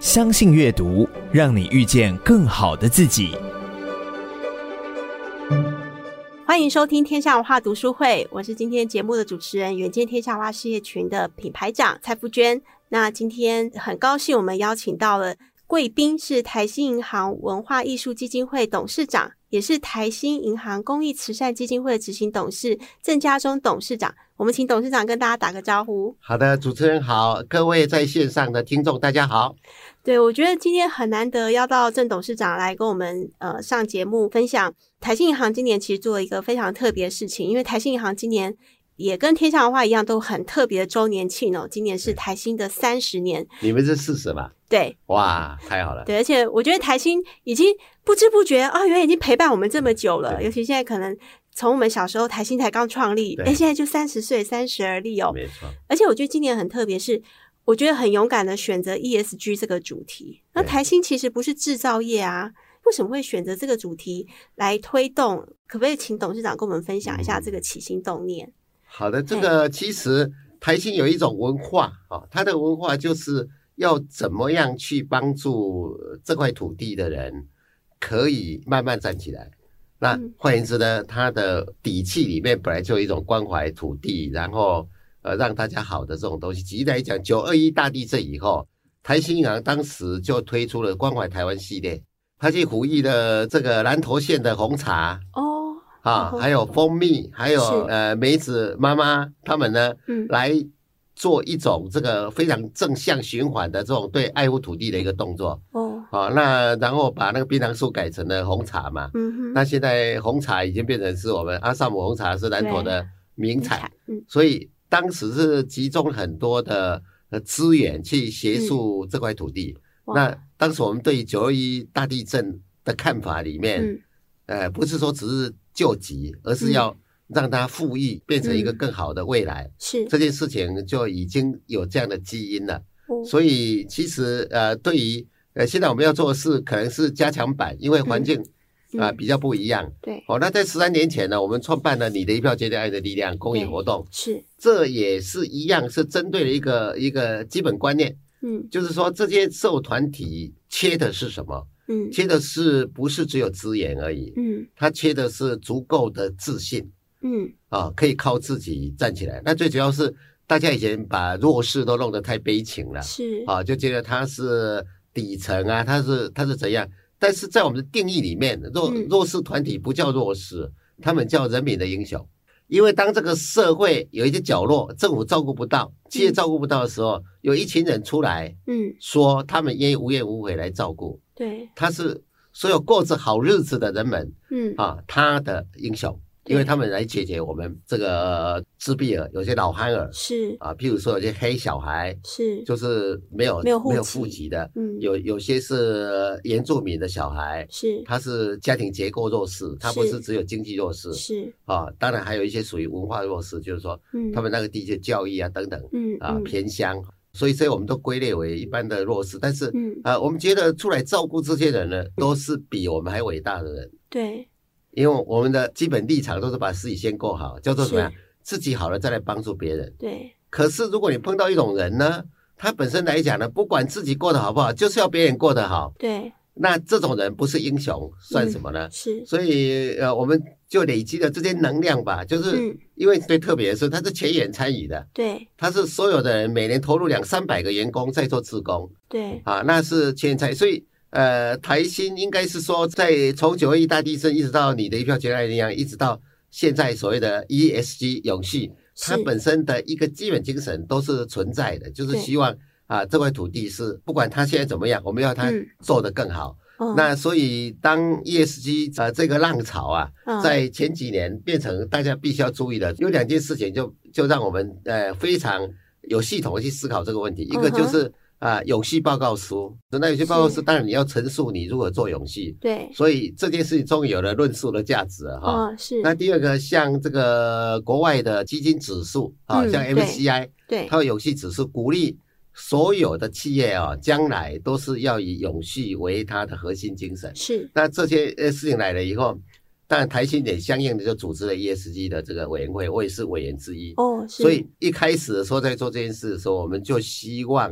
相信阅读，让你遇见更好的自己。欢迎收听《天下文化读书会》，我是今天节目的主持人，远见天下文化事业群的品牌长蔡富娟。那今天很高兴，我们邀请到了贵宾是台新银行文化艺术基金会董事长，也是台新银行公益慈善基金会的执行董事郑家忠董事长。我们请董事长跟大家打个招呼。好的，主持人好，各位在线上的听众大家好。对，我觉得今天很难得邀到郑董事长来跟我们呃上节目分享。台信银行今年其实做了一个非常特别的事情，因为台信银行今年也跟天下文化一样，都很特别的周年庆哦。今年是台新的三十年，你们是四十吧？对哇，太好了！对，而且我觉得台新已经不知不觉啊、哦，原来已经陪伴我们这么久了，对尤其现在可能。从我们小时候，台新才刚创立，对哎，现在就三十岁，三十而立哦。没错，而且我觉得今年很特别是，我觉得很勇敢的选择 ESG 这个主题。那对台新其实不是制造业啊，为什么会选择这个主题来推动？可不可以请董事长跟我们分享一下这个起心动念？好的。这个其实台新有一种文化啊，它的文化就是要怎么样去帮助这块土地的人可以慢慢站起来。那嗯换言之呢，他的底气里面本来就有一种关怀土地，然后呃让大家好的这种东西。举例来讲，九二一大地震以后，台新银行当时就推出了关怀台湾系列，他去呼吁了这个南投县的红茶，哦，啊，嗯还有蜂蜜，还有是呃梅子妈妈他们呢，嗯，来做一种这个非常正向循环的这种对爱护土地的一个动作哦，啊。那然后把那个槟榔树改成了红茶嘛，嗯哼，那现在红茶已经变成是我们阿萨姆红茶是南投的名产，，嗯所以当时是集中很多的呃资源去协助这块土地。嗯哇那当时我们对于九二一大地震的看法里面，嗯呃，不是说只是救急，而是要让它富裕，变成一嗯个更好的未来。是，这件事情就已经有这样的基因了，哦所以其实呃，对于呃现在我们要做的事，可能是加强版，因为环境嗯啊、比较不一样。对，哦，那在十三年前呢，我们创办了“你的一票决定爱的力量”公益活动，是，这也是一样，是针对了一个一个基本观念，嗯就是说这些受团体缺的是什么？嗯缺的是不是只有资源而已？嗯他缺的是足够的自信嗯，啊，可以靠自己站起来。那最主要是大家以前把弱势都弄得太悲情了是，啊，就觉得他是底层啊，他是他是怎样？但是在我们的定义里面，弱嗯弱势团体不叫弱势，他们叫人民的英雄。因为当这个社会有一些角落政府照顾不到，企业照顾不到的时候，有一群人出来嗯，说他们愿意无怨无悔来照顾，对，他是所有过着好日子的人们嗯啊，他的英雄，因为他们来解决我们这个呃自闭儿，有些老憨儿是啊，譬如说有些黑小孩，是，就是没有没有户籍户籍的，嗯有有些是原住民的小孩，是他是家庭结构弱势，他不是只有经济弱势是，啊，当然还有一些属于文化弱势，就是说嗯，他们那个地区的教育啊等等嗯啊嗯偏乡，所以这些我们都归类为一般的弱势，但是。嗯啊，我们觉得出来照顾这些人呢，都是比我们还伟大的人。对，因为我们的基本立场都是把自己先过好，叫做什么呀是？自己好了再来帮助别人。对，可是如果你碰到一种人呢，他本身来讲呢，不管自己过得好不好，就是要别人过得好，对，那这种人不是英雄算什么呢？是，所以呃，我们就累积了这些能量吧，就是嗯，因为最特别的是，他是全员参与的，对，他是所有的人每年投入两三百个员工在做志工，对，啊，那是全才，所以呃，台新应该是说，在从九一大地震一直到你的一票决定爱一样，一直到现在所谓的 ESG 永续，它是本身的一个基本精神都是存在的，就是对希望啊这块土地是不管它现在怎么样，我们要它嗯做得更好。嗯那所以当 ESG 啊、呃、这个浪潮啊，嗯在前几年变成大家必须要注意的，有两件事情就就让我们呃非常有系统的去思考这个问题。一个嗯哼就是啊、呃永续报告书，那有些报告书是当然你要陈述你如何做永续，对，所以这件事情终于有了论述的价值了哈。哦，是，啊那第二个，像这个国外的基金指数啊，嗯像对 MSCI，对它，有永续指数，鼓励所有的企业啊，将来都是要以永续为它的核心精神。是，那这些呃事情来了以后，当然台新也相应的就组织了 ESG 的这个委员会，我也是委员之一。哦，是，所以一开始的时候在做这件事的时候，我们就希望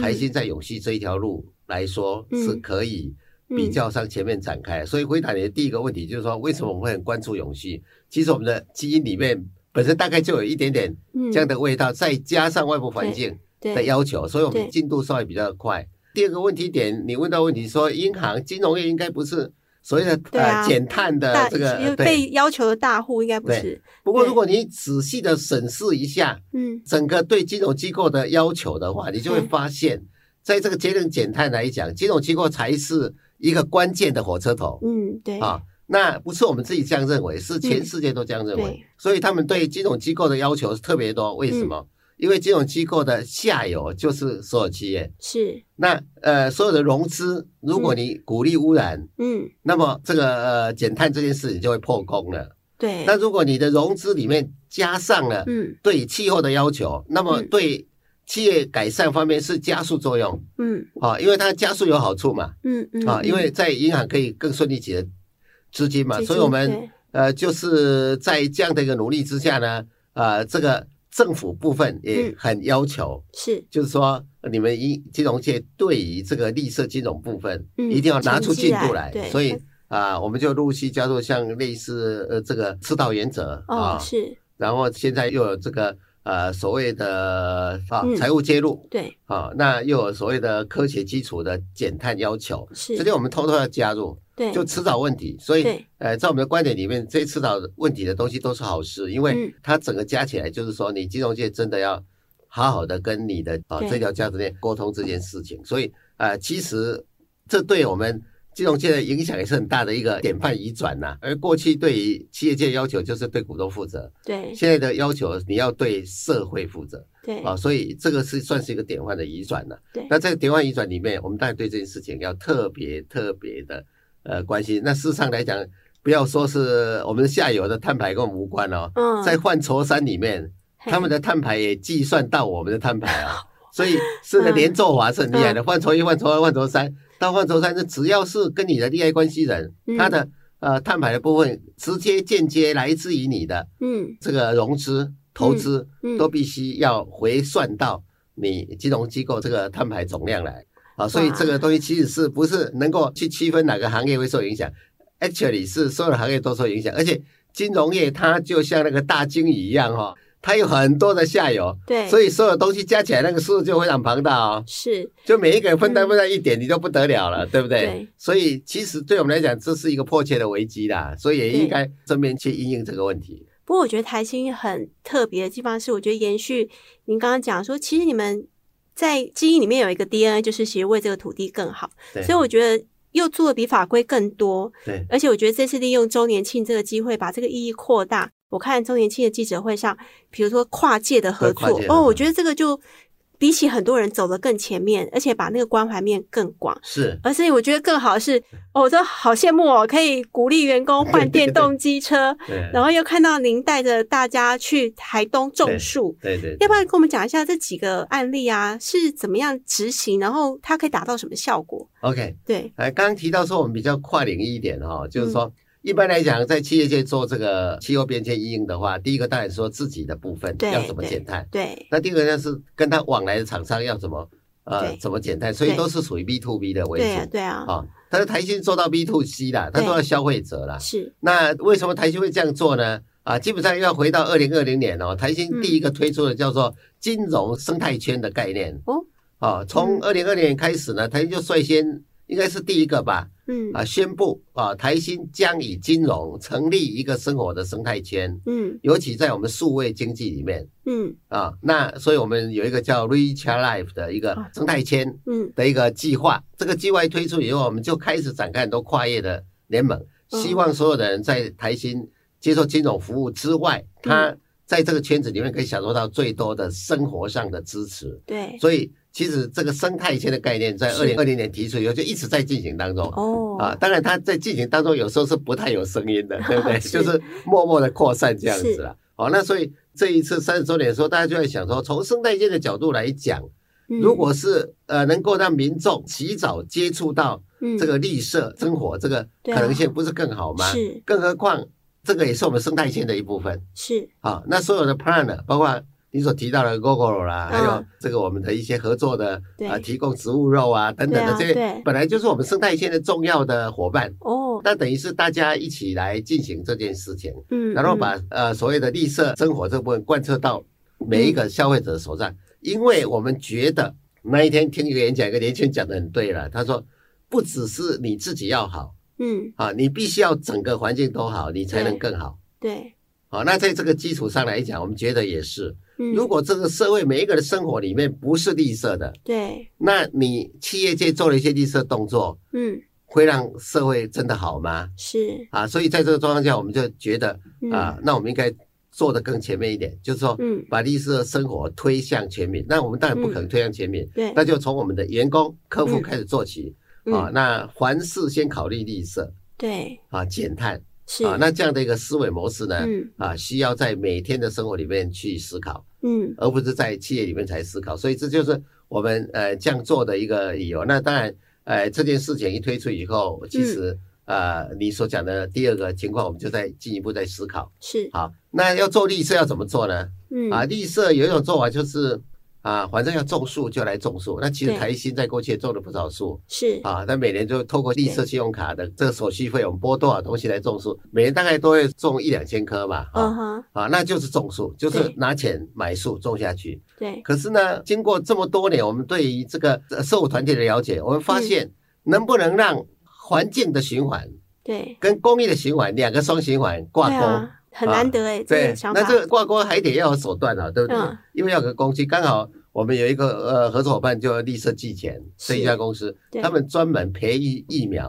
台嗯新在永续这一条路来说嗯是可以嗯比较上前面展开。所以回答你的第一个问题，就是说为什么我们会很关注永续？其实我们的基因里面本身大概就有一点点嗯这样的味道，再加上外部环境的对要求，所以我对们进度稍微比较快。第二个问题点，你问到问题说，银行金融业应该不是所谓的对啊呃减碳的大这个呃对。被要求的大户应该不对是，不过对如果你仔细的审视一下，嗯整个对金融机构的要求的话，你就会发现，在这个节能减碳来讲，金融机构才是一个关键的火车头嗯，对，啊。那不是我们自己这样认为，是全世界都这样认嗯对为，所以他们对金融机构的要求是特别多。为什嗯么？因为金融机构的下游就是所有企业，是，那呃所有的融资，如果你鼓励污染，嗯，那么这个呃减碳这件事情就会破功了。对，那如果你的融资里面加上了嗯对气候的要求，那么嗯对企业改善方面是加速作用嗯啊，因为它加速有好处嘛嗯嗯啊，嗯因为在银行可以更顺利取得资金嘛，最所以近我们对呃就是在这样的一个努力之下呢，呃，这个政府部分也嗯很要求，是就是说你们银金融界对于这个绿色金融部分嗯一定要拿出进成绩度来来对，所以啊，我们就陆续加入像类似呃这个指导原则哦啊，是，然后现在又有这个呃所谓的啊嗯财务揭露对啊，那又有所谓的科学基础的减碳要求，是，这些我们通通要加入，对就迟早问题。所以对呃，在我们的观点里面，这些迟早问题的东西都是好事，因嗯为它整个加起来就是说，你金融界真的要好好的跟你的啊对这条价值链沟通这件事情。所以呃，其实这对我们。金融界的影响也是很大的一个典范移转呐、而过去对于企业界的要求就是对股东负责，对现在的要求你要对社会负责对啊，所以这个是算是一个典范的移转了、对那在典范移转里面，我们当然对这件事情要特别特别的呃关心。那事实上来讲，不要说是我们下游的碳排跟我们无关哦，嗯在换筹山里面，嘿他们的碳排也计算到我们的 碳排啊，所以是嗯个连坐法是很厉害的，换筹一、换筹二、换筹三，到换筹三，这只要是跟你的利害关系人，嗯他的呃碳排的部分直接间接来自于你的。嗯这个融资、投资嗯都必须要回算到你金融机构这个碳排总量来啊，所以这个东西其实是不是能够去区分哪个行业会受影响？Actually 是所有的行业都受影响，而且金融业它就像那个大鲸鱼一样哈、哦，它有很多的下游，对，所以以所有东西加起来那个数字就非常庞大哦。是就每一个人分担嗯分担一点，你就不得了了，对不对？对所以其实对我们来讲，这是一个迫切的危机啦，所以也应该正面去应应这个问题。不过我觉得台新很特别的地方是，我觉得延续您刚刚讲说，其实你们在基因里面有一个 DNA，就是其实为这个土地更好，对所以我觉得又做的比法规更多，对，而且我觉得这次利用周年庆这个机会，把这个意义扩大。我看周年庆的记者会上，比如说跨界的合对作跨，界的哦，我觉得这个就比起很多人走得更前面，而且把那个关怀面更广。是而且我觉得更好的是，哦，我真的好羡慕哦，可以鼓励员工换电动机车，对，然后又看到您带着大家去台东种对树，对对，要不要跟我们讲一下这几个案例啊？是怎么样执行，然后它可以达到什么效果？ OK，对，哎，刚刚提到说我们比较跨领域一点哈、就嗯是说、一般来讲，在企业界做这个气候变迁应用的话，第一个当然说自己的部分对要怎么对减碳，对，那第二个呢是跟他往来的厂商要怎么呃对怎么减碳，所以对都是属于 B to B 的为对啊，主对啊，啊。但是台新做到 B to C 啦，他对做到消费者啦。是，那为什么台新会这样做呢？啊，基本上要回到二零二零年哦，台嗯新第一个推出的叫做金融生态圈的概念。哦，啊，从嗯二零二零年开始呢，台新就率先应该是第一个吧，嗯啊，宣布啊，台新将以金融成立一个生活的生态圈，嗯尤其在我们数位经济里面嗯啊，那所以我们有一个叫 Rich Life 的一个啊生态圈嗯的一个计划，这个计划一推出以后，我们就开始展开很多跨业的联盟，嗯希望所有的人在台新接受金融服务之外，嗯他在这个圈子里面可以享受到最多的生活上的支持。对，所以其实这个生态圈的概念在嗯是二零二零年提出以后，就一直在进行当中。哦，啊，当然它在进行当中有时候是不太有声音 的，对不对？是就是默默的扩散这样子了。好，那所以这一次三十周年的时候，大家就在想说，从生态圈的角度来讲，嗯如果是呃能够让民众及早接触到这个绿色生活，这个嗯对可啊能性不是更好吗？是更何况这个也是我们生态圈的一部分。是啊，那所有的 planner，包括你所提到的 GoGo 啦，嗯还有这个我们的一些合作的对啊，提供植物肉啊等等的这对啊些对，本来就是我们生态圈的重要的伙伴。哦，那等于是大家一起来进行这件事情，嗯，然后嗯把呃所谓的绿色生活这部分贯彻到每一嗯个消费者手上，因为我们觉得那一天听一个演讲，一个年轻人讲的很对了，他说不只是你自己要好嗯，啊，你必须要整个环境都好，你才能更好。对，好、那在这个基础上来讲，我们觉得也是，嗯，如果这个社会每一个人生活里面不是绿色的，对，那你企业界做了一些绿色动作，嗯，会让社会真的好吗？是，啊，所以在这个状况下，我们就觉得嗯啊，那我们应该做的更前面一点，就是说嗯，把绿色生活推向全民。那我们当然不可能推向全民，对，那就从我们的员工、客户嗯开始做起啊嗯，。那凡事先考虑绿色对，啊、减碳是，啊，那这样的一个思维模式呢，嗯啊，需要在每天的生活里面去思考，嗯，而不是在企业里面才思考。所以这就是我们呃这样做的一个理由。那当然，呃，这件事情一推出以后，其嗯实、呃你所讲的第二个情况，我们就在进一步在思考。是，好，那要做绿色要怎么做呢？嗯啊，绿色有一种做法就是啊，反正要种树就来种树。那其实对台新在过去也种了不少树。是，啊，那每年就透过绿色信用卡的这个手续费，我们拨多少东西来种树？每年大概都会种一两千棵嘛，啊，嗯哼，啊，那就是种树，就是对拿钱买树种下去。对，可是呢，经过这么多年，我们对于这个呃社会团体的了解，我们发嗯现能不能让环境的循环对，跟公益的循环两个双循环挂对钩？啊，很啊难得哎，这对个，想那法，这个挂钩还得要有手段啊，对不对？嗯因为要有个工具，刚好我们有一个呃合作伙伴叫绿色季前这一是家公司，对他们专门培育疫苗，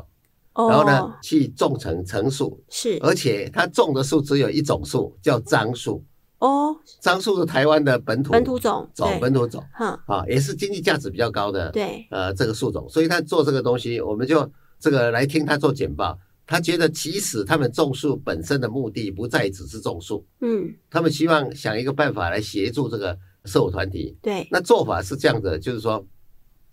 哦，然后呢、呃去种成成树，是，而且他种的树只有一种树，叫樟树。哦，樟树是台湾的本土本土种，种对，本土种哼，啊，也是经济价值比较高的对，呃这个树种，所以他做这个东西，我们就这个来听他做简报。他觉得其实他们种树本身的目的不再只是种树，嗯，他们希望想一个办法来协助这个社会团体。对，那做法是这样的，就是说，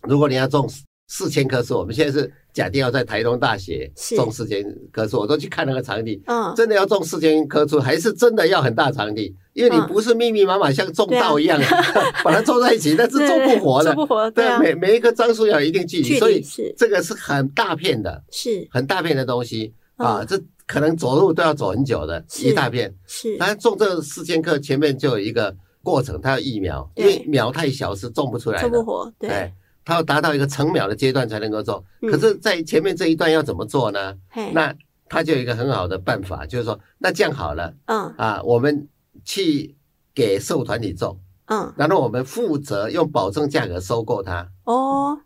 如果你要种四千棵树，我们现在是假定要在台东大学是种四千棵树，我都去看那个场地，嗯，真的要种四千棵树，还是真的要很大场地？因为你嗯不是密密麻麻像种稻一样， 把它种在一起，那是对种啊对不活的种。不活，对啊，每每一棵樟树要有一定距离，距所离以是这个是很大片的、是很大片的东西啊，嗯这可能走路都要走很久的是一大片。是，但种这四千棵，前面就有一个过程，它要育苗，因对为苗太小是种不出来种不的。活，哎对，，它要达到一个成苗的阶段才能够种。嗯可是，在前面这一段要怎么做呢？嘿，那他就有一个很好的办法，就是说，那这样好了嗯啊，我们去给受团体种，嗯，然后我们负责用保证价格收购它哦，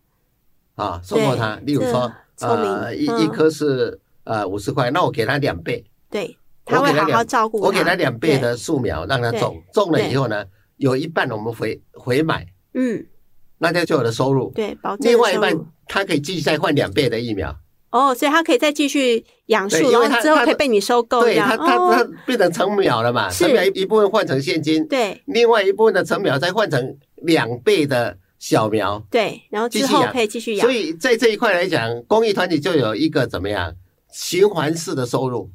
啊，收购它。例如说，这聪明呃，一嗯一颗是呃五十块，那我给他两倍，对，我他给会他好好两照顾我给他两倍的树苗让他对种，种了对以后呢，有一半我们回回买，嗯，那他就有了收入，对，保证另外一收半入他可以继续再换两倍的疫苗，哦，所以他可以再继续养对树，因然为后他之后他可以被你收购这对样他他哦他变成成苗了嘛，是成苗一一部分换成现金，对另外一部分的成苗再换成两倍的小苗，对，然后继之续后养可以继续养所，以在这一块来讲，公益团体就有一个怎么样循环式的收入，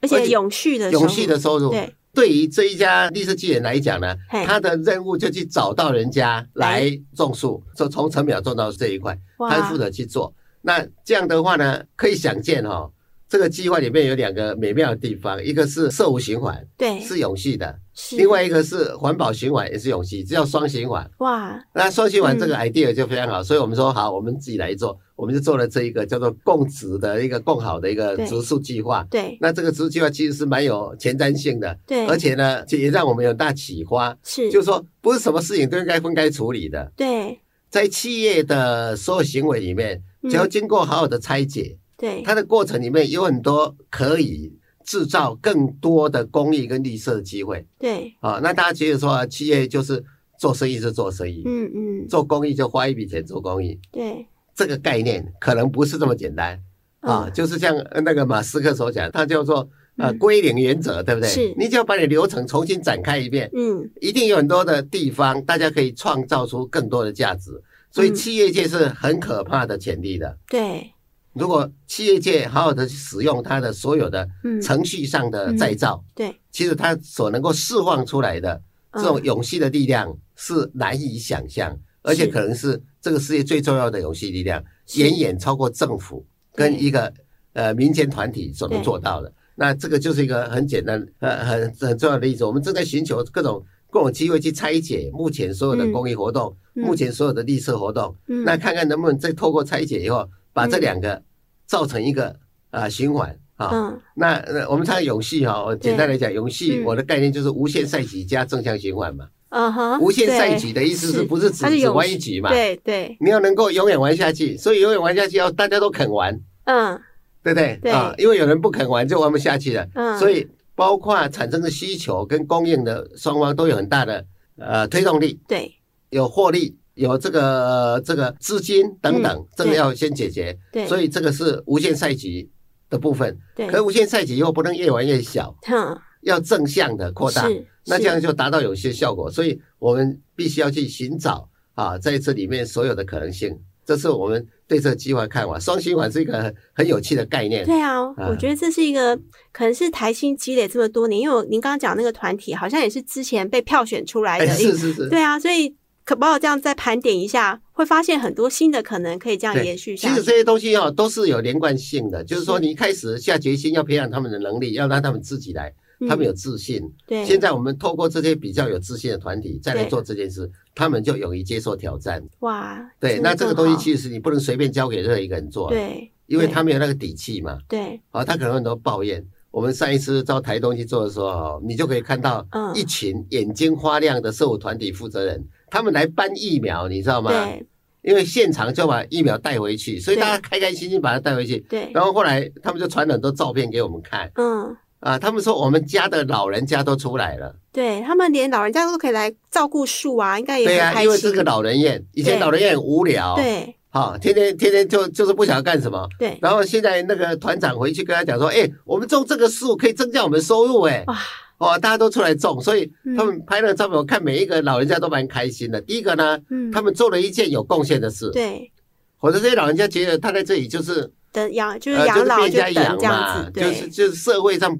而而且且永续的永收续入的收入。对对于这一家绿色纪人来讲呢，嘿哎他的任务就去找到人家来种树，就从成苗种到这一块，他负责去做。那这样的话呢，可以想见哈、哦，这个计划里面有两个美妙的地方，一个是社会循环对是永续的，哎是另外一个是环保循环也是永续，这叫双循环。哇那双循环这个嗯 idea 就非常好，所以我们说好，我们自己来做，我们就做了这一个叫做共植的一个共好的一个对植树计划。对那这个植树计划其实是蛮有前瞻性的，对，而且呢也让我们有大启发，是就是说不是什么事情都应该分开处理的，对在企业的所有行为里面，嗯只要经过好好的拆解，对它的过程里面有很多可以制造更多的公益跟绿色的机会对啊。那大家觉得说啊企业就是做生意是做生意，嗯嗯做公益就花一笔钱做公益，对这个概念可能不是这么简单啊。嗯就是像呃那个马斯克所讲，他叫做呃嗯归零原则，对不对？是你只要把你流程重新展开一遍，嗯一定有很多的地方大家可以创造出更多的价值。所以嗯企业界是很可怕的潜力的。对如果企业界好好的使用它的所有的嗯程序上的再造，对其实它所能够释放出来的嗯这种永续的力量是难以想象，而且可能是这个世界最重要的永续力量，是远远超过政府跟一个呃民间团体所能做到的。那这个就是一个很简单、呃很很重要的例子。我们正在寻求各种各种机会去拆解目前所有的嗯公益活动，嗯目前所有的绿色活动，嗯那看看能不能再透过拆解以后，把这嗯两个造成一个啊循环啊。嗯那呃我们唱永续哈，我简单来讲，永续嗯我的概念就是无限赛局加正向循环嘛。嗯哼，无限赛对局的意思是是不是只它是只永玩续一局嘛？，对对，你要能够永远玩下去，所以永远玩下去要大家都肯玩，嗯对不对？对啊，因为有人不肯玩就玩不下去了，嗯，所以包括产生的需求跟供应的双方都有很大的呃推动力，对有获利。有这个这个资金等等嗯，这个对要先解决，对，所以以这个是无限赛局的部分。对，可是无限赛局又不能越玩越小，哼要正向的扩大，是那是这样就达到有些效果。所以我们必须要去寻找啊，在这里面所有的可能性，这是我们对这个计划看法。双循环是一个很很有趣的概念，对啊，我嗯觉得这是一个可能是台新积累这么多年，因为我您刚刚讲那个团体好像也是之前被票选出来的哎，一是是是，对啊，所以可把我这样再盘点一下，会发现很多新的可能可以这样对延续其下实去。这些东西哦都是有连贯性的，就是说是你一开始下决心要培养他们的能力，要让他们自己来，他们有自信。嗯对，现在我们透过这些比较有自信的团体再来对做这件事，他们就勇于接受挑战。哇，对，真的那这个更东西好其实你不能随便交给任何一个人做，，对，因为对他没有那个底气嘛。对啊，他可能很多抱怨。我们上一次到台东去做的时候，哦你就可以看到嗯一群眼睛花亮的社会团体负责人，他们来搬疫苗，你知道吗？对因为现场就把疫苗带回去，所以对大家开开心心把它带回去。对，然后后来他们就传了很多照片给我们看嗯，啊，他们说我们家的老人家都出来了，对他们连老人家都可以来照顾树啊，应该也对很啊，开因为心这个老人院以前对老人院很无聊，，对好、天天天天就就是不想干什么。对然后现在那个团长回去跟他讲说，哎、我们种这个树可以增加我们收入、哎，哇，哦，大家都出来种，所以嗯他们拍那个照片，我看每一个老人家都蛮开心的。第一个呢，嗯，他们做了一件有贡献的事，对或者这些老人家觉得他在这里就是等养就是呃，养就是老被人就家等养这嘛样子，，就对是就是社会上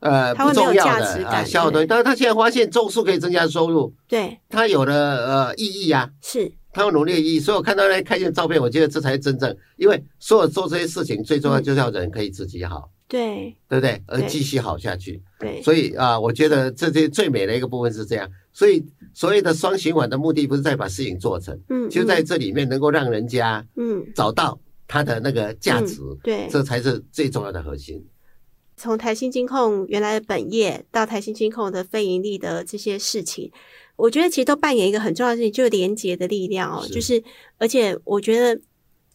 呃他会不没有重要价值的感啊消耗对东西，但是他现在发现种树可以增加收入，对他有了呃意义啊。是，他有努力的意义，所以我看到那些开心的照片，我觉得这才是真正，因为所有做这些事情，最嗯重要就是要人可以自己好，对对不对？而对继续好下去。对所以啊，我觉得这些最美的一个部分是这样。所以所谓的双循环的目的，不是在把事情做成，嗯，就在嗯这里面能够让人家嗯找到它的那个价值，对。这才是最重要的核心。从台新金控原来的本业到台新金控的非盈利的这些事情，我觉得其实都扮演一个很重要的事情，就是连接的力量哦。是就是，而且我觉得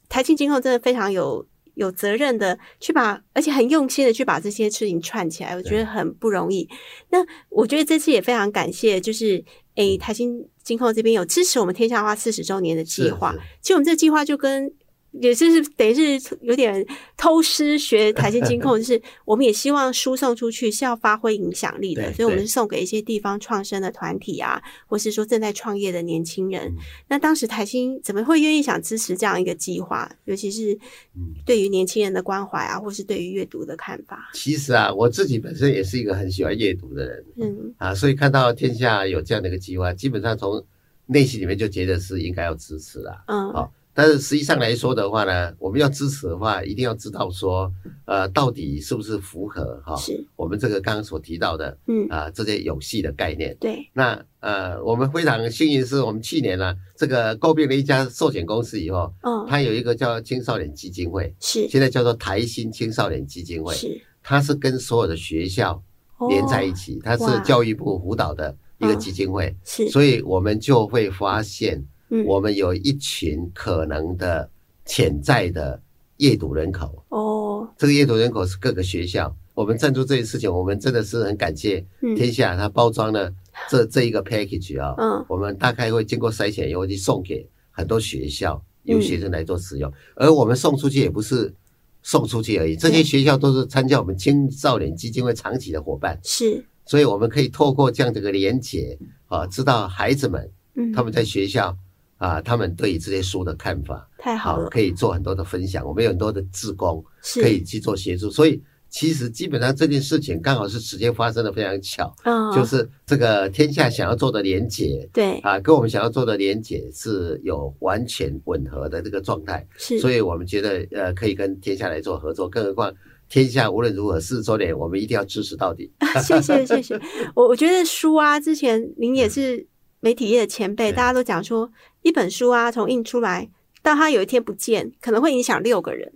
台新金控真的非常有有责任的去把，而且很用心的去把这些事情串起来，我觉得很不容易。那我觉得这次也非常感谢，就是嗯诶，台新金控这边有支持我们天下花四十周年的是计划是，其实我们这个计划就跟也就是等于是有点偷师学台新金 控，就是我们也希望输送出去是要发挥影响力的，对所以我们对是送给一些地方创生的团体啊，或是说正在创业的年轻人。嗯那当时台新怎么会愿意想支持这样一个计划，尤其是嗯对于年轻人的关怀啊，或是对于阅读的看法？其实啊，我自己本身也是一个很喜欢阅读的人嗯，啊，所以看到天下有这样的一个计划，基本上从内心里面就觉得是应该要支持啦。嗯，好但是实际上来说的话呢，我们要支持的话，一定要知道说，呃，到底是不是符合哈、是，我们这个刚刚所提到的嗯，啊、这些有戏的概念。对，那呃，我们非常幸运是我们去年呢、这个诟病了一家寿险公司以后，嗯，它有一个叫青少年基金会，是现在叫做台新青少年基金会，是哦它是跟所有的学校连在一起，起，它哇是教育部辅导的一个嗯基金会，是，所以我们就会发现。嗯，我们有一群可能的潜在的阅读人口，哦，这个阅读人口是各个学校。我们赞助这件事情，我们真的是很感谢嗯天下，它包装了这这一个 package 啊、嗯我们大概会经过筛选以后，去送给很多学校，嗯由学生来做使用。而我们送出去也不是送出去而已，这些学校都是参加我们青少年基金会长期的伙伴，是，所以我们可以透过这样的一个连结啊，知道孩子们嗯，他们在学校啊，他们对于这些书的看法，太好好了，可以做很多的分享。我们有很多的志工是可以去做协助，所以其实基本上这件事情刚好是时间发生的非常巧，嗯，就是这个天下想要做的连结对，啊，跟我们想要做的连结是有完全吻合的这个状态，是，所以以我们觉得呃可以跟天下来做合作，更何况天下无论如何四十周年，我们一定要支持到底。谢谢谢谢。我我觉得书啊，之前您也是媒体业的前辈，嗯对大家都讲说，一本书啊，从印出来到它有一天不见，可能会影响六个人。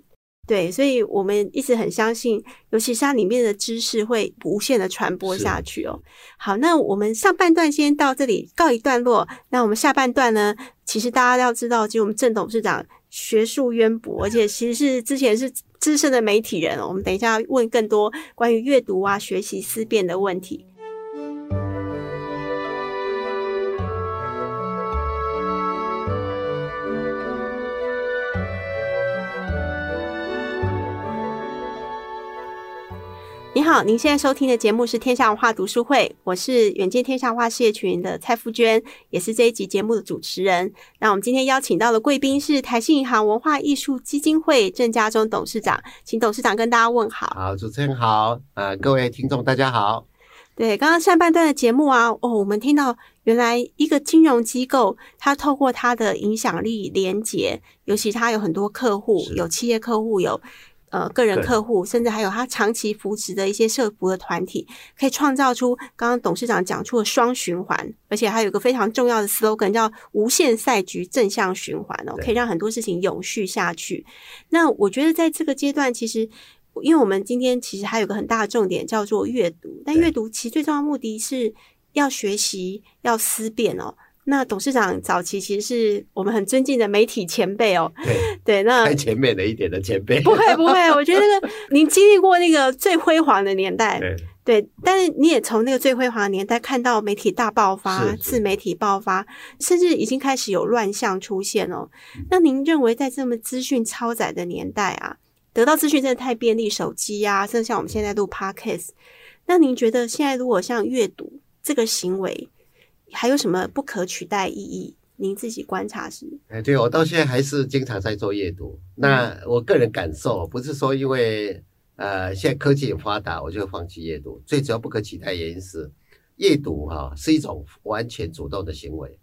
对，所以我们一直很相信，尤其是它里面的知识会无限的传播是下去哦。好，那我们上半段先到这里告一段落。那我们下半段呢？其实大家要知道，其实我们郑董事长学术渊博，而且其实是之前是资深的媒体人哦。我们等一下要问更多关于阅读啊、学习思辨的问题。你好，您现在收听的节目是《天下文化读书会》，我是远见天下文化事业群的蔡富娟，也是这一集节目的主持人。那我们今天邀请到的贵宾是台信银行文化艺术基金会郑家忠董事长，请董事长跟大家问好。好，主持人好，啊、各位听众大家好，对，刚刚上半段的节目啊，哦，我们听到原来一个金融机构，它透过它的影响力连接，尤其它有很多客户，是有企业客户，有呃个人对客户，甚至还有它长期扶持的一些社服的团体，可以创造出刚刚董事长讲出的双循环，而且还有一个非常重要的 slogan 叫“无限赛局正向循环”哦，对可以让很多事情永续下去。那我觉得在这个阶段，其实因为我们今天其实还有个很大的重点叫做阅读，但对阅读其实最重要的目的是要学习、要思辨哦。那董事长早期其实是我们很尊敬的媒体前辈哦，对，对，那太前面了一点的前辈，不会不会，我觉得那个您经历过那个最辉煌的年 代，对，对，但是你也从那个最辉煌的年代看到媒体大爆发、是是自媒体爆发，甚至已经开始有乱象出现哦。那您认为在这么资讯超载的年代啊，得到资讯真的太便利，手机啊，甚至像我们现在录 podcast，那您觉得现在如果像阅读这个行为，还有什么不可取代意义？您自己观察是哎，对我到现在还是经常在做阅读。嗯那我个人感受，哦不是说因为呃现在科技很发达，我就放弃阅读。最主要不可取代原因是，阅读哈、是一种完全主动的行为，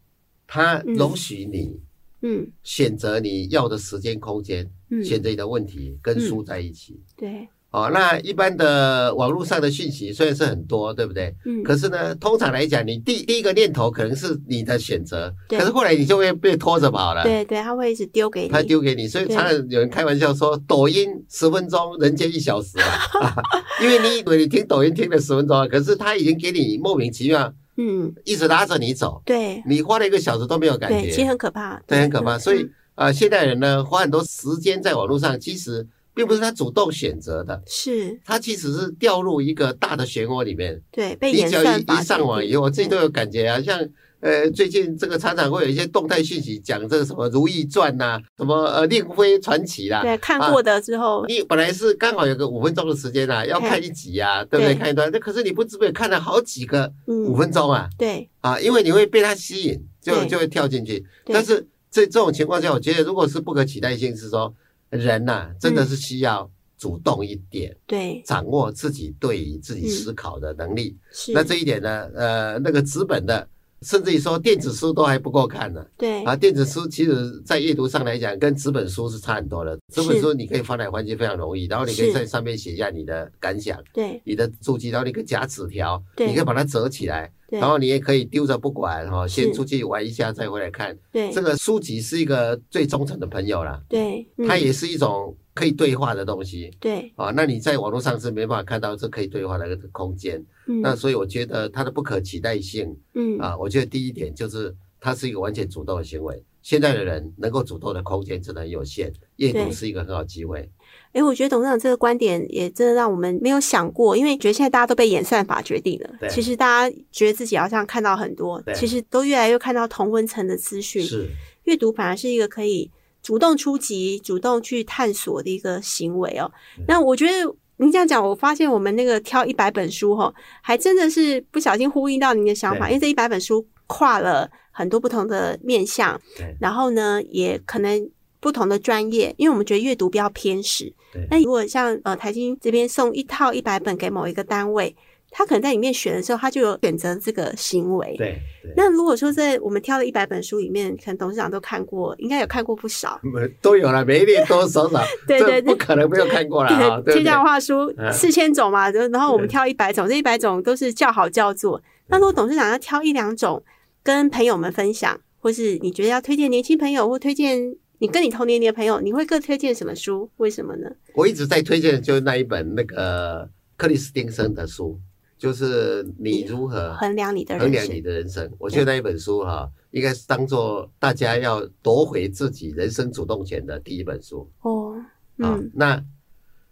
它嗯容许你嗯选择你要的时间、空间，嗯，选择你的问题跟书在一起。对，哦，那一般的网络上的讯息虽然是很多，对不对？嗯，可是呢，通常来讲，你第第一个念头可能是你的选择，对可是后来你就会被拖着跑了。对对，他会一直丢给你，他丢给你，所以对常常有人开玩笑说，抖音十分钟，人间一小时啊， 因为你以为你听抖音听了十分钟啊，可是他已经给你莫名其妙嗯，一直拉着你走，对你花了一个小时都没有感对，其实觉，很可怕，对，很可怕。嗯所以嗯啊、呃现代人呢，花很多时间在网络上，其实并不是他主动选择的，是他其实是掉入一个大的漩涡里面。对，被你演只要算一法一上网以后，我自己都对有感觉啊，像。呃，最近这个常常会有一些动态讯息，讲这个什么《如懿传》呐，什么呃《令妃传奇》啦，对看过的之后，你本来是刚好有个五分钟的时间啊，要看一集啊，对不对对？看一段，那可是你不知不觉看了好几个五嗯，分钟啊对啊，因为你会被它吸引，就对就会跳进去。对但是这这种情况下，我觉得如果是不可取代性，是说人呐、真嗯的是需要主动一点，对掌握自己对于自己嗯思考的能力。是，那这一点呢，呃，那个纸本的，甚至于说电子书都还不够看呢、对啊，电子书其实在阅读上来讲，跟纸本书是差很多的。纸本是书你可以翻来翻去非常容易，然后你可以是在上面写下你的感想、对你的注记，然后你可以夹纸条，对你可以把它折起来，对，然后你也可以丢着不管哈、哦，是哎先出去玩一下再回来看。对这个书籍是一个最忠诚的朋友啦，对，嗯它也是一种可以对话的东西。对，啊，那你在网络上是没办法看到这可以对话的那个空间，嗯那所以我觉得它的不可替代性嗯啊，我觉得第一点就是它是一个完全主动的行为。现在的人能够主动的空间真的很有限，阅对读是一个很好机会。哎、我觉得董事长这个观点也真的让我们没有想过，因为觉得现在大家都被演算法决定了。对其实大家觉得自己好像看到很多，对其实都越来越看到同温层的资讯。是，阅读反而是一个可以主动出击、主动去探索的一个行为哦嗯。那我觉得您这样讲，我发现我们那个挑一百本书哈、还真的是不小心呼应到您的想法，对因为这一百本书跨了很多不同的面向对，然后呢，也可能。不同的专业，因为我们觉得阅读比较偏食对。那如果像呃台经这边送一套一百本给某一个单位，他可能在里面选的时候，他就有选择这个行为。对对，那如果说在我们挑的一百本书里面，可能董事长都看过，应该有看过不少。没都有了，每一列多少少， 对这对对不可能没有看过了啊，对天不对下？话书嗯四千种嘛，然后我们对挑一百种，这一百种都是叫好叫座。那如果董事长要挑一两种跟朋友们分享，或是你觉得要推荐年轻朋友或推荐你跟你同年龄的朋友，你会各推荐什么书？为什么呢？我一直在推荐就是那一本那个克里斯汀森的书，就是你如何衡量你的衡人量你生，的人生。我觉得那一本书哈、应该是当做大家要夺回自己人生主动权的第一本书哦，啊。嗯，那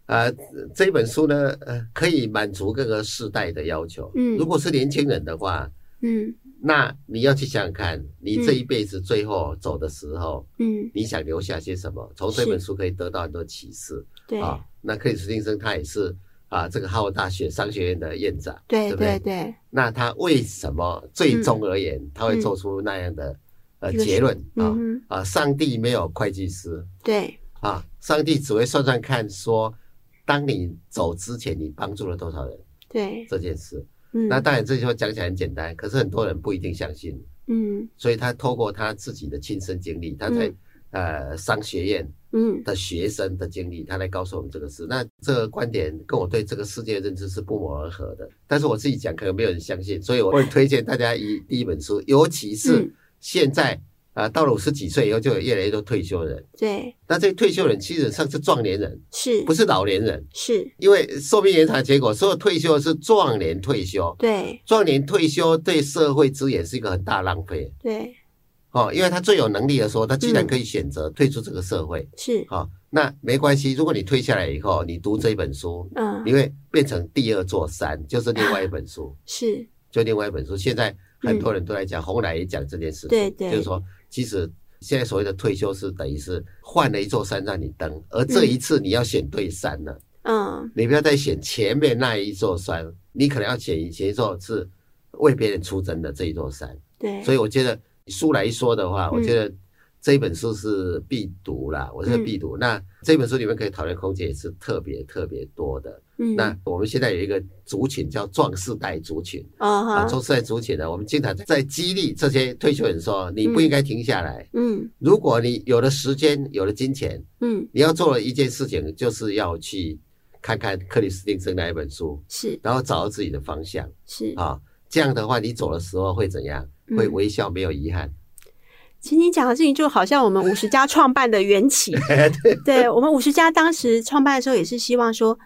呃，这本书呢，呃，可以满足各个世代的要求。嗯如果是年轻人的话，嗯那你要去想想看，你嗯这一辈子最后走的时候，嗯，你想留下些什么？从这是本书可以得到很多启示对啊。那克里斯汀森他也是啊，这个哈佛大学商学院的院长。对对不对对啊对，那他为什么最终而言、他会做出那样的、呃嗯这个是结论啊嗯哼，啊？上帝没有会计师对啊，上帝只会算算看说，当你走之前你帮助了多少人对，这件事。嗯，那当然这句话讲起来很简单，可是很多人不一定相信，嗯所以他透过他自己的亲身经历，他在、嗯呃商学院嗯的学生的经历，他来告诉我们这个事。那这个观点跟我对这个世界的认知是不谋而合的，但是我自己讲可能没有人相信，所以我会推荐大家以第一本书，尤其是嗯现在啊、呃到了五十几岁以后，就有越来越多退休人。对，那这些退休人其实上是壮年人，是不是老年人，是，因为寿命延长的结果，所有退休的是壮年退休。对壮年退休对社会资源是一个很大浪费对哦，因为他最有能力的时候，他既然可以选择退出这个社会，是，好、那没关系。如果你退下来以后，你读这一本书，嗯你会变成第二座山，就是另外一 本书，是，就另外一本书。现在很多人都在讲，红来也讲这件嗯事情，对对就是说，其实现在所谓的退休是等于是换了一座山让你登，而这一次你要选对山了，嗯你不要再选前面那一座山，你可能要选以前一座是为别人出征的这一座山。对，所以我觉得书来说的话，嗯我觉得这本书是必读啦，我觉嗯得必读。那这本书里面可以讨论空间也是特别特别多的。嗯那我们现在有一个族群叫壮世代族群啊啊，哈，壮世代族群呢，我们经常在激励这些退休人说，你不应该停下来。嗯如果你有了时间，有了金钱，嗯，你要做的一件事情就是要去看看克里斯汀森那一本书，是然后找到自己的方向是。啊。这样的话，你走的时候会怎样？会嗯微笑，没有遗憾。其实你讲的事情就好像我们五十家创办的缘 起， 对我们五十家当时创办的时候也是希望说，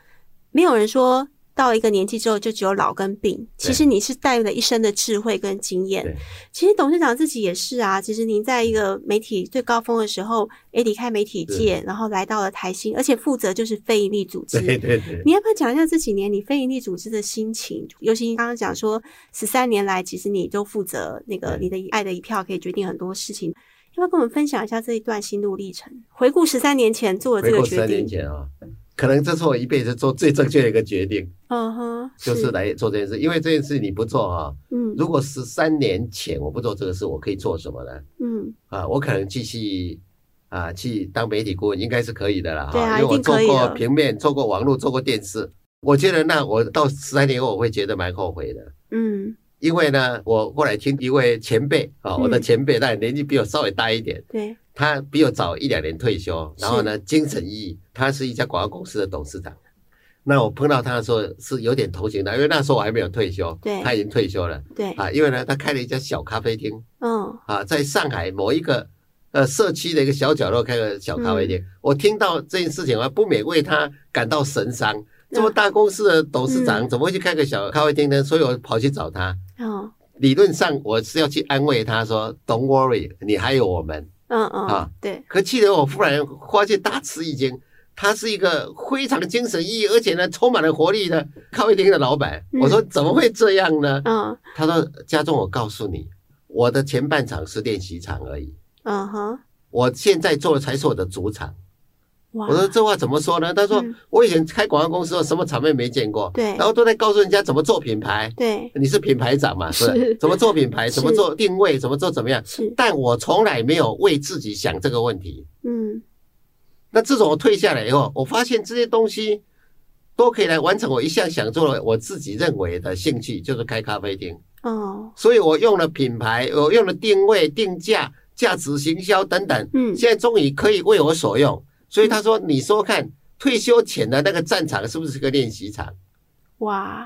没有人说到一个年纪之后就只有老跟病，其实你是带了一身的智慧跟经验对。其实董事长自己也是啊，其实您在一个媒体最高峰的时候，诶，离开媒体界，然后来到了台新，而且负责就是非营利组织。对对对，你要不要讲一下这几年你非营利组织的心情？尤其你刚刚讲说，十三年来，其实你都负责那个对你的爱的一票，可以决定很多事情。要不要跟我们分享一下这一段心路历程？回顾十三年前做的回这个顾十决三年定，前啊，可能这是我一辈子做最正确的一个决定，嗯哼，就是来做这件事。因为这件事你不做啊，嗯如果十三年前我不做这个事，我可以做什么呢？嗯啊，我可能继续啊去当媒体顾问，应该是可以的啦。对啊因为我一定做可以过的平面，做过网络，做过电视。我觉得那我到十三年后，我会觉得蛮后悔的。嗯，因为呢，我后来听一位前辈啊，我的嗯前辈，但年纪比我稍微大一点，对，他比我早一两年退休，是然后呢，精神奕奕，他是一家广告公司的董事长。那我碰到他的时候是有点同情的，因为那时候我还没有退休，对他已经退休了对，啊。因为呢，他开了一家小咖啡厅嗯啊，在上海某一个呃社区的一个小角落开个小咖啡嗯店。我听到这件事情，我不免为他感到神伤。这么大公司的董事长嗯怎么会去开个小咖啡厅呢？所以我跑去找他。嗯理论上我是要去安慰他说：“Don't worry，你还有我们。”嗯嗯啊，对，可气得我忽然发现大吃一惊，他是一个非常精神奕奕，而且呢充满了活力的咖啡厅的老板。嗯我说怎么会这样呢？嗯他说：“家中我告诉你，我的前半场是练习场而已，嗯哼，我现在做的才是我的主场。”哇我，说这话怎么说呢？他说嗯：“我以前开广告公司的时候，什么场面没见过，对然后都在告诉人家怎么做品牌。对，你是品牌长嘛？是吧 是怎么做品牌，是怎么做定位，怎么做怎么样？是，但我从来没有为自己想这个问题。”嗯那自从我退下来以后，我发现这些东西都可以来完成我一向想做的，我自己认为的兴趣，就是开咖啡厅。哦，所以我用了品牌，我用了定位、定价、价值行销等等，嗯现在终于可以为我所用。所以他说：“你说看，退休前的那个战场是不是个练习场？哇，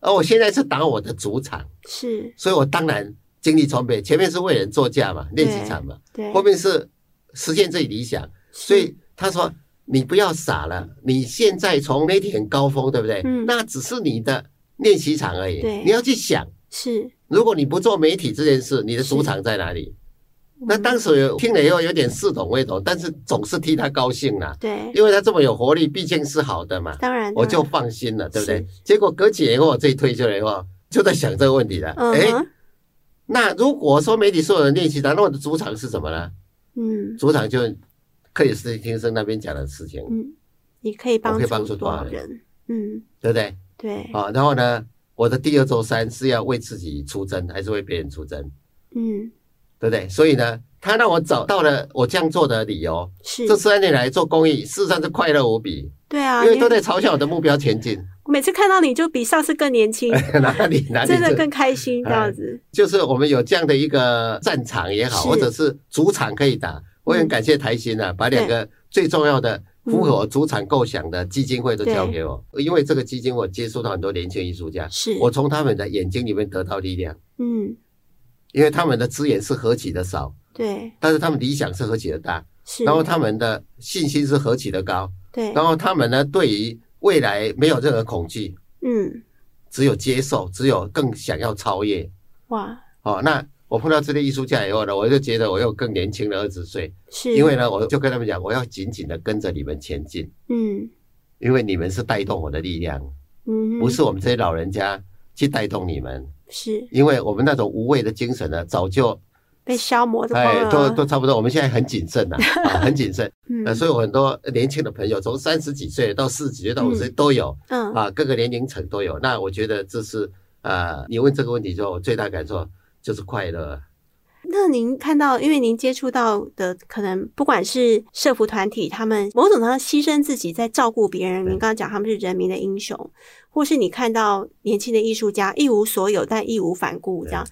而我现在是打我的主场，是所以我当然精力充沛。前面是为人作嫁嘛，练习场嘛，对，后面是实现自己理想。所以他说：你不要傻了，你现在从那点高峰，对不对？嗯那只是你的练习场而已对。你要去想。”是如果你不做媒体这件事，你的是主场在哪里？那嗯当时有听了以后有点似懂未懂，但是总是替他高兴啦、对，因为他这么有活力，毕竟是好的嘛，当然我就当放心了，对不对是？结果隔几年后我自己退休了以后，就在想这个问题了。然哎、嗯哼那如果说媒体所有人练习，那我的主场是什么呢？嗯主场就克里斯汀生那边讲的事情，嗯，你可以帮可以帮助助多多少少人人？嗯，对不对？对，啊，然后呢，我的第二周三是要为自己出征，还是为别人出征？嗯，对不对？所以呢，他让我找到了我这样做的理由。是这，三年来做公益，事实上是快乐无比，对啊，因为都在朝向我的目标前 进。 每次看到你就比上次更年轻，哪里哪里哎真的这更开心这样子。就是我们有这样的一个战场也好，是嗯或者是主场可以打。我也很感谢台新啊，把两个最重要的符合我主场构想的基金会都交给我，因为这个基金我接触到很多年轻艺术家，是，我从他们的眼睛里面得到力量，嗯，因为他们的资源是何其的少，对，但是他们理想是何其的大，是。然后他们的信心是何其的高，对，然后他们呢，对于未来没有任何恐惧，嗯，只有接受，只有更想要超越。哇，哦，那我碰到这类艺术家以后呢，我就觉得我又更年轻了二十岁，是，因为呢，我就跟他们讲，我要紧紧的跟着你们前进，嗯因为你们是带动我的力量，嗯，不是我们这些老人家去带动你们，是因为我们那种无畏的精神呢，早就被消磨的光哎，都了，啊都差不多。我们现在很谨 慎呐、啊，很谨慎。呃，嗯，所以我很多年轻的朋友，从三十几岁到四十几岁到五十岁都有。嗯，啊，各个年龄层都有。那我觉得这是呃，你问这个问题之后，我最大感受就是快乐。啊那您看到，因为您接触到的可能不管是社服团体，他们某种程度上牺牲自己在照顾别人，您刚刚讲他们是人民的英雄，或是你看到年轻的艺术家一无所有但义无反顾这样，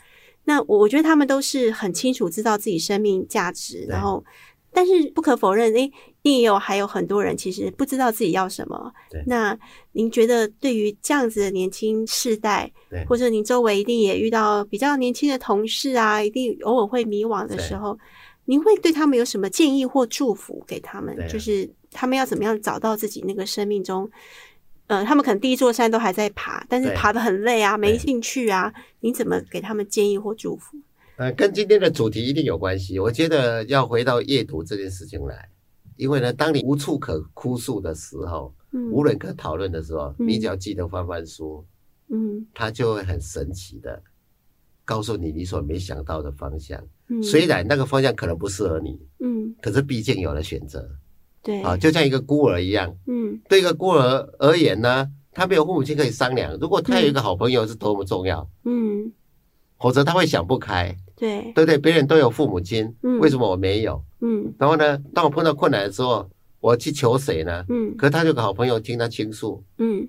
那我我觉得他们都是很清楚知道自己生命价值，然后但是不可否认，诶、你也有还有很多人其实不知道自己要什么对。那您觉得对于这样子的年轻世代对，或者您周围一定也遇到比较年轻的同事啊，一定偶尔会迷惘的时候，您会对他们有什么建议或祝福给他们对？啊就是他们要怎么样找到自己那个生命中，呃，他们可能第一座山都还在爬，但是对爬得很累啊，没对兴趣啊，您怎么给他们建议或祝福？呃，跟今天的主题一定有关系。我觉得要回到阅读这件事情来，因为呢，当你无处可哭诉的时候，嗯无人可讨论的时候，嗯你只要记得翻翻书，嗯它就会很神奇的告诉你你所没想到的方向。嗯，虽然那个方向可能不适合你，嗯可是毕竟有了选择对啊，就像一个孤儿一样，嗯对一个孤儿而言呢，他没有父母亲可以商量。如果他有一个好朋友是多么重要，嗯否则他会想不开，对对不对？别人都有父母亲嗯，为什么我没有？嗯然后呢，当我碰到困难的时候，我去求谁呢？嗯可是他有个好朋友听他倾诉，嗯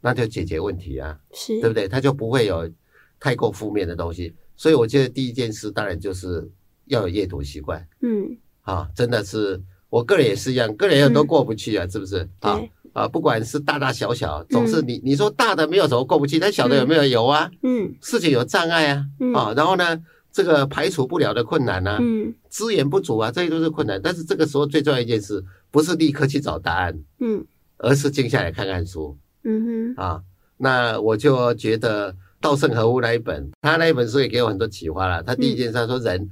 那就解决问题啊，是对不对？他就不会有太过负面的东西。所以我觉得第一件事当然就是要有阅读习惯嗯啊，真的是我个人也是一样，个人有很多嗯过不去啊，是不是啊？对啊，不管是大大小小，总是嗯你你说大的没有什么过不去，但小的有没有有啊？嗯事情有障碍啊，嗯啊，然后呢，这个排除不了的困难啊，嗯资源不足啊，这些都是困难。但是这个时候最重要一件事，不是立刻去找答案，嗯而是静下来看看书嗯哼啊。那我就觉得稻盛和夫那一本，他那一本书也给我很多启发了。他第一件事他说人，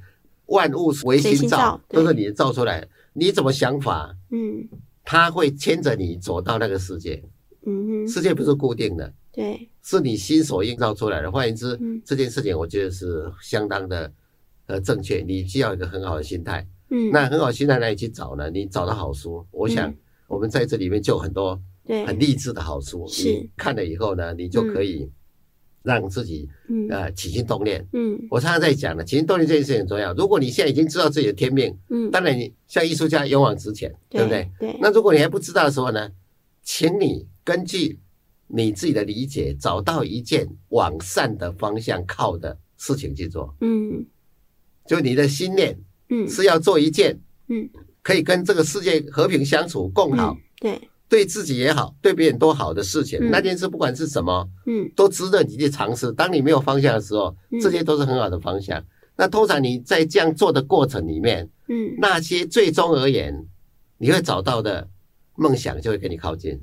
万物唯随心心造造，对都是你造出来，你怎么想法，嗯它会牵着你走到那个世界。嗯哼世界不是固定的，对是你心所映照出来的。换言之嗯，这件事情我觉得是相当的呃正确。你需要有一个很好的心态， 嗯那很好的心态哪里去找呢？你找到好书，我想嗯我们在这里面就有很多对很励志的好书。是你看了以后呢，你就可以让自己嗯呃起心动念。嗯我常常在讲的，起心动念这件事很重要。如果你现在已经知道自己的天命，嗯，当然你像艺术家勇往直前，对不对？？对，那如果你还不知道的时候呢，请你根据你自己的理解，找到一件往善的方向靠的事情去做。嗯就你的心念嗯是要做一件，嗯，可以跟这个世界和平相处、共好，嗯对，对自己也好，对别人都好的事情。嗯那件事不管是什么，嗯都值得你去尝试。当你没有方向的时候嗯，这些都是很好的方向。那通常你在这样做的过程里面，嗯，那些最终而言，你会找到的梦想就会跟你靠近。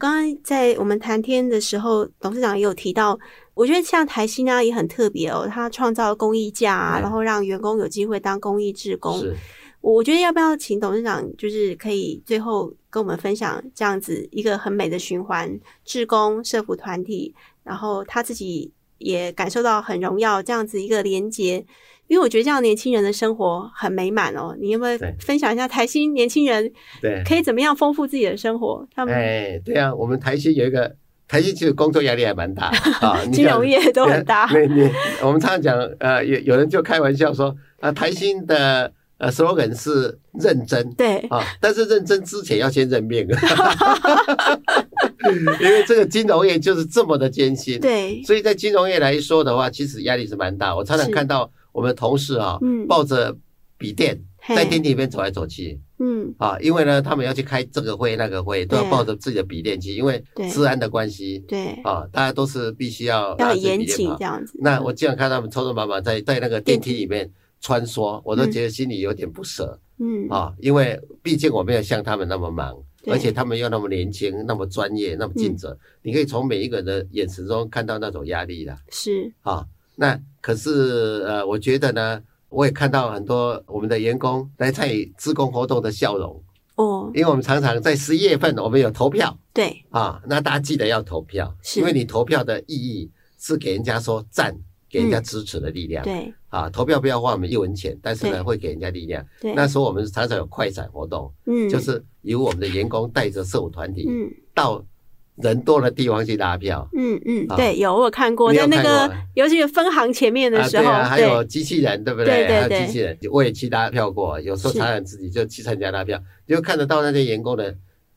刚刚在我们谈天的时候，董事长也有提到，我觉得像台新啊也很特别哦，他创造了公益价啊，嗯然后让员工有机会当公益志工，是，我我觉得要不要请董事长，就是可以最后跟我们分享这样子一个很美的循环，志工、社服团体，然后他自己也感受到很荣耀这样子一个连结，因为我觉得这样年轻人的生活很美满哦。你有没有对分享一下台新年轻 人对。可以怎么样丰富自己的生活？他们哎，对啊，我们台新有一个台新，其实工作压力还蛮 大啊，你金像融业都很大，对你，我们常常讲，呃，有有人就开玩笑说，啊，台新的呃 slogan 是认真对，啊，但是认真之前要先认命， 因为这个金融业就是这么的艰辛。，对，所以在金融业来说的话，其实压力是蛮大。我常常是看到我们的同事啊，嗯抱着笔电嘿在电梯里面走来走去。嗯，啊，因为呢，他们要去开这个会那个会，都要对抱着自己的笔电去，因为对治安的关系对，啊，大家都是必须要要拿自己严笔电谨跑这样子，那我经常看他们匆匆忙忙在在那个电梯里面穿梭，我都嗯觉得心里有点不舍、嗯，啊，因为毕竟我没有像他们那么忙，对嗯而且他们又那么年轻、那么专业、那么尽责，你可以从每一个人的眼神中看到那种压力的是，啊。那可是呃，我觉得呢，我也看到很多我们的员工来参与自工活动的笑容，哦，因为我们常常在十一月份我们有投票对，啊，那大家记得要投票，是因为你投票的意义是给人家说赞，给人家支持的力量。嗯对，啊，投票不要花我们一文钱，但是对呢会给人家力量。对，那时候我们常常有快闪活动，嗯，就是由我们的员工带着社务团体嗯。到人多的地方去拉票。嗯嗯，啊对，有我有看过，你在有那看个过啊尤其是分行前面的啊，时对候，啊，还有机器人，对不对对还对有机器人，我也去拉票过，有时候是常常自己就去参加拉票，就看得到那些员工的，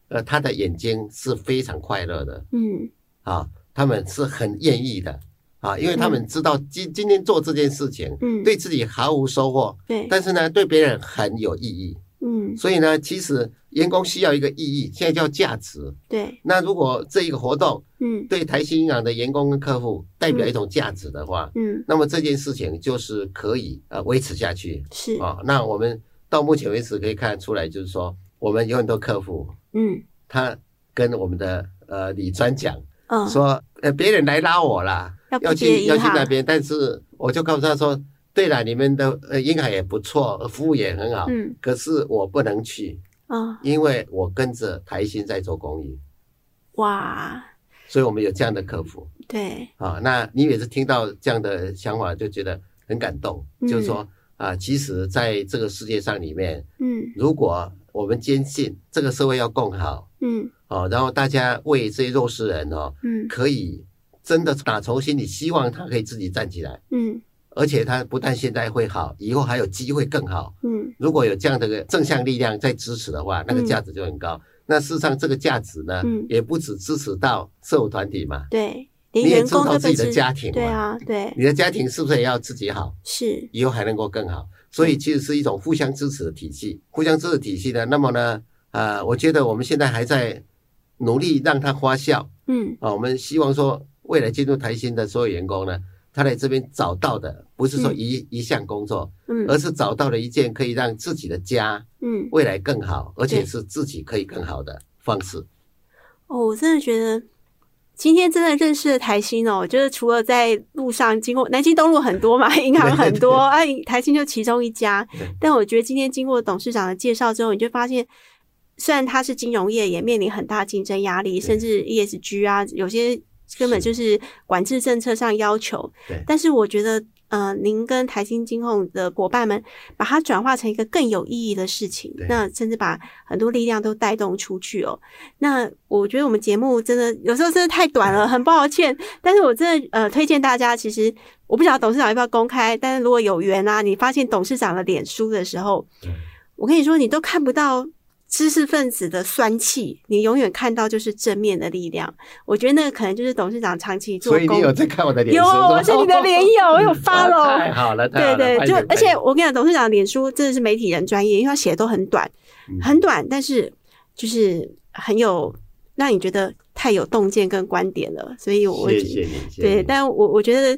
呃，他的眼睛是非常快乐的嗯啊，他们是很愿意的啊，因为他们知道今今天做这件事情，嗯，对自己毫无收获，对，但是呢，对别人很有意义。嗯所以呢，其实员工需要一个意义，现在叫价值。对，那如果这一个活动嗯对台新银行的员工跟客户代表一种价值的话，嗯那么这件事情就是可以呃维持下去是，啊。那我们到目前为止可以看得出来，就是说我们有很多客户嗯他跟我们的呃李专讲嗯，说，呃别人来拉我啦，要要别去要银去那行，边，但是我就告诉他说，对了，你们的呃银行也不错，服务也很好，嗯可是我不能去。啊因为我跟着台新在做公益，哇，所以我们有这样的客服对，啊。那你每次听到这样的想法，就觉得很感动，嗯就是说啊，其实在这个世界上里面，嗯如果我们坚信这个社会要更好嗯哦、啊，然后大家为这些弱势人哦，嗯可以真的打从心里希望他可以自己站起来，嗯而且他不但现在会好，以后还有机会更好。嗯如果有这样的一个正向力量在支持的话，那个嗯价值就很高。那事实上，这个价值呢，嗯也不只支持到社会团体嘛，对，你连也员知工道都自己被的支家庭对嘛啊，对，你的家庭是不是也要自己好，是，以后还能够更好？所以其实是一种互相支持的体系，互相支持体系呢，那么呢，呃，我觉得我们现在还在努力让它花效嗯啊。我们希望说，未来进入台新的所有员工呢，他来这边找到的不是说嗯一、一项工作，嗯而是找到了一件可以让自己的家嗯。未来更好，而且是自己可以更好的方式。哦，我真的觉得今天真的认识了台新哦，就是除了在路上经过南京东路很多嘛， 银行很多，啊，台新就其中一家对。但我觉得今天经过董事长的介绍之后，你就发现。虽然它是金融业，也面临很大竞争压力，甚至 E ESG 啊，有些根本就是管制政策上要求对。但是我觉得，嗯、呃，您跟台新金控的伙伴们，把它转化成一个更有意义的事情对，那甚至把很多力量都带动出去哦。那我觉得我们节目真的有时候真的太短嗯了，很抱歉。但是我真的呃推荐大家，其实我不晓得董事长要不要公开，但是如果有缘啊，你发现董事长的脸书的时候，我跟你说，你都看不到知识分子的酸气，你永远看到就是正面的力量。我觉得那个可能就是董事长长期 做所以工你有在看我的脸有，书？我是你的连友，我有发太 follow。好了，太好对了对，拍就手而拍手且我跟你讲，董事长脸书真的是媒体人专业，因为他写的都很短，嗯很短，但是就是很有让你觉得太有洞见跟观点了，所以我谢觉得谢你，谢谢对，你但我我觉得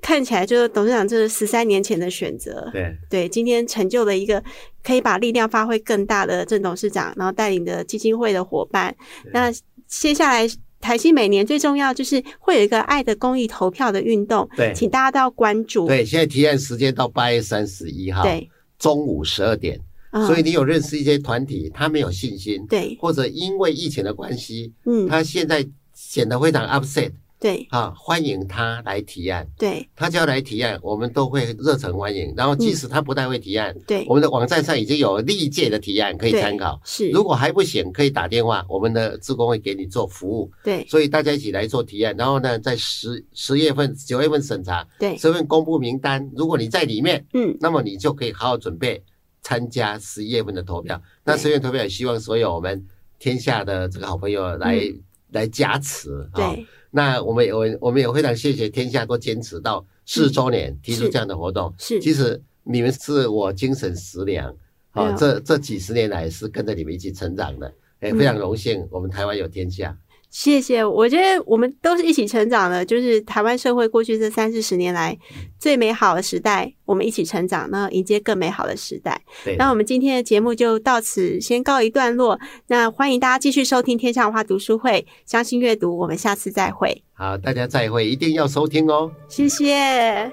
看起来就是董事长这十三年前的选择，对对，今天成就了一个可以把力量发挥更大的郑董事长，然后带领的基金会的伙伴。对那接下来台新每年最重要就是会有一个爱的公益投票的运动，对请大家都要关注。对，现在提案时间到八月三十一号对，中午十二点，嗯所以你有认识一些团体，他没有信心，对，或者因为疫情的关系，嗯，他现在显得非常 upset 对啊，欢迎他来提案。对他只要来提案，我们都会热诚欢迎。然后，即使他不太会提案，对我，们的网站上已经有历届的提案可以对参考。是，如果还不行，可以打电话，我们的志工会给你做服务。对所以大家一起来做提案，然后呢，在十十月份、九月份审查，对，十月份公布名单。如果你在里面，嗯，那么你就可以好好准备参加十一月份的投票。那对十月份投票也希望所有我们天下的这个好朋友来、嗯来加持啊、对那我们也我我们也非常谢谢天下都坚持到四周年、提出是这样的活动。是，其实你们是我精神食粮对啊啊，这这几十年来是跟着你们一起成长的，哎，嗯非常荣幸我们台湾有天下。谢谢，我觉得我们都是一起成长的，就是台湾社会过去这三四十年来最美好的时代，我们一起成长，那迎接更美好的时代。对，那我们今天的节目就到此先告一段落，那欢迎大家继续收听《天下文化读书会》，相信阅读，我们下次再会，好，大家再会，一定要收听哦。谢谢。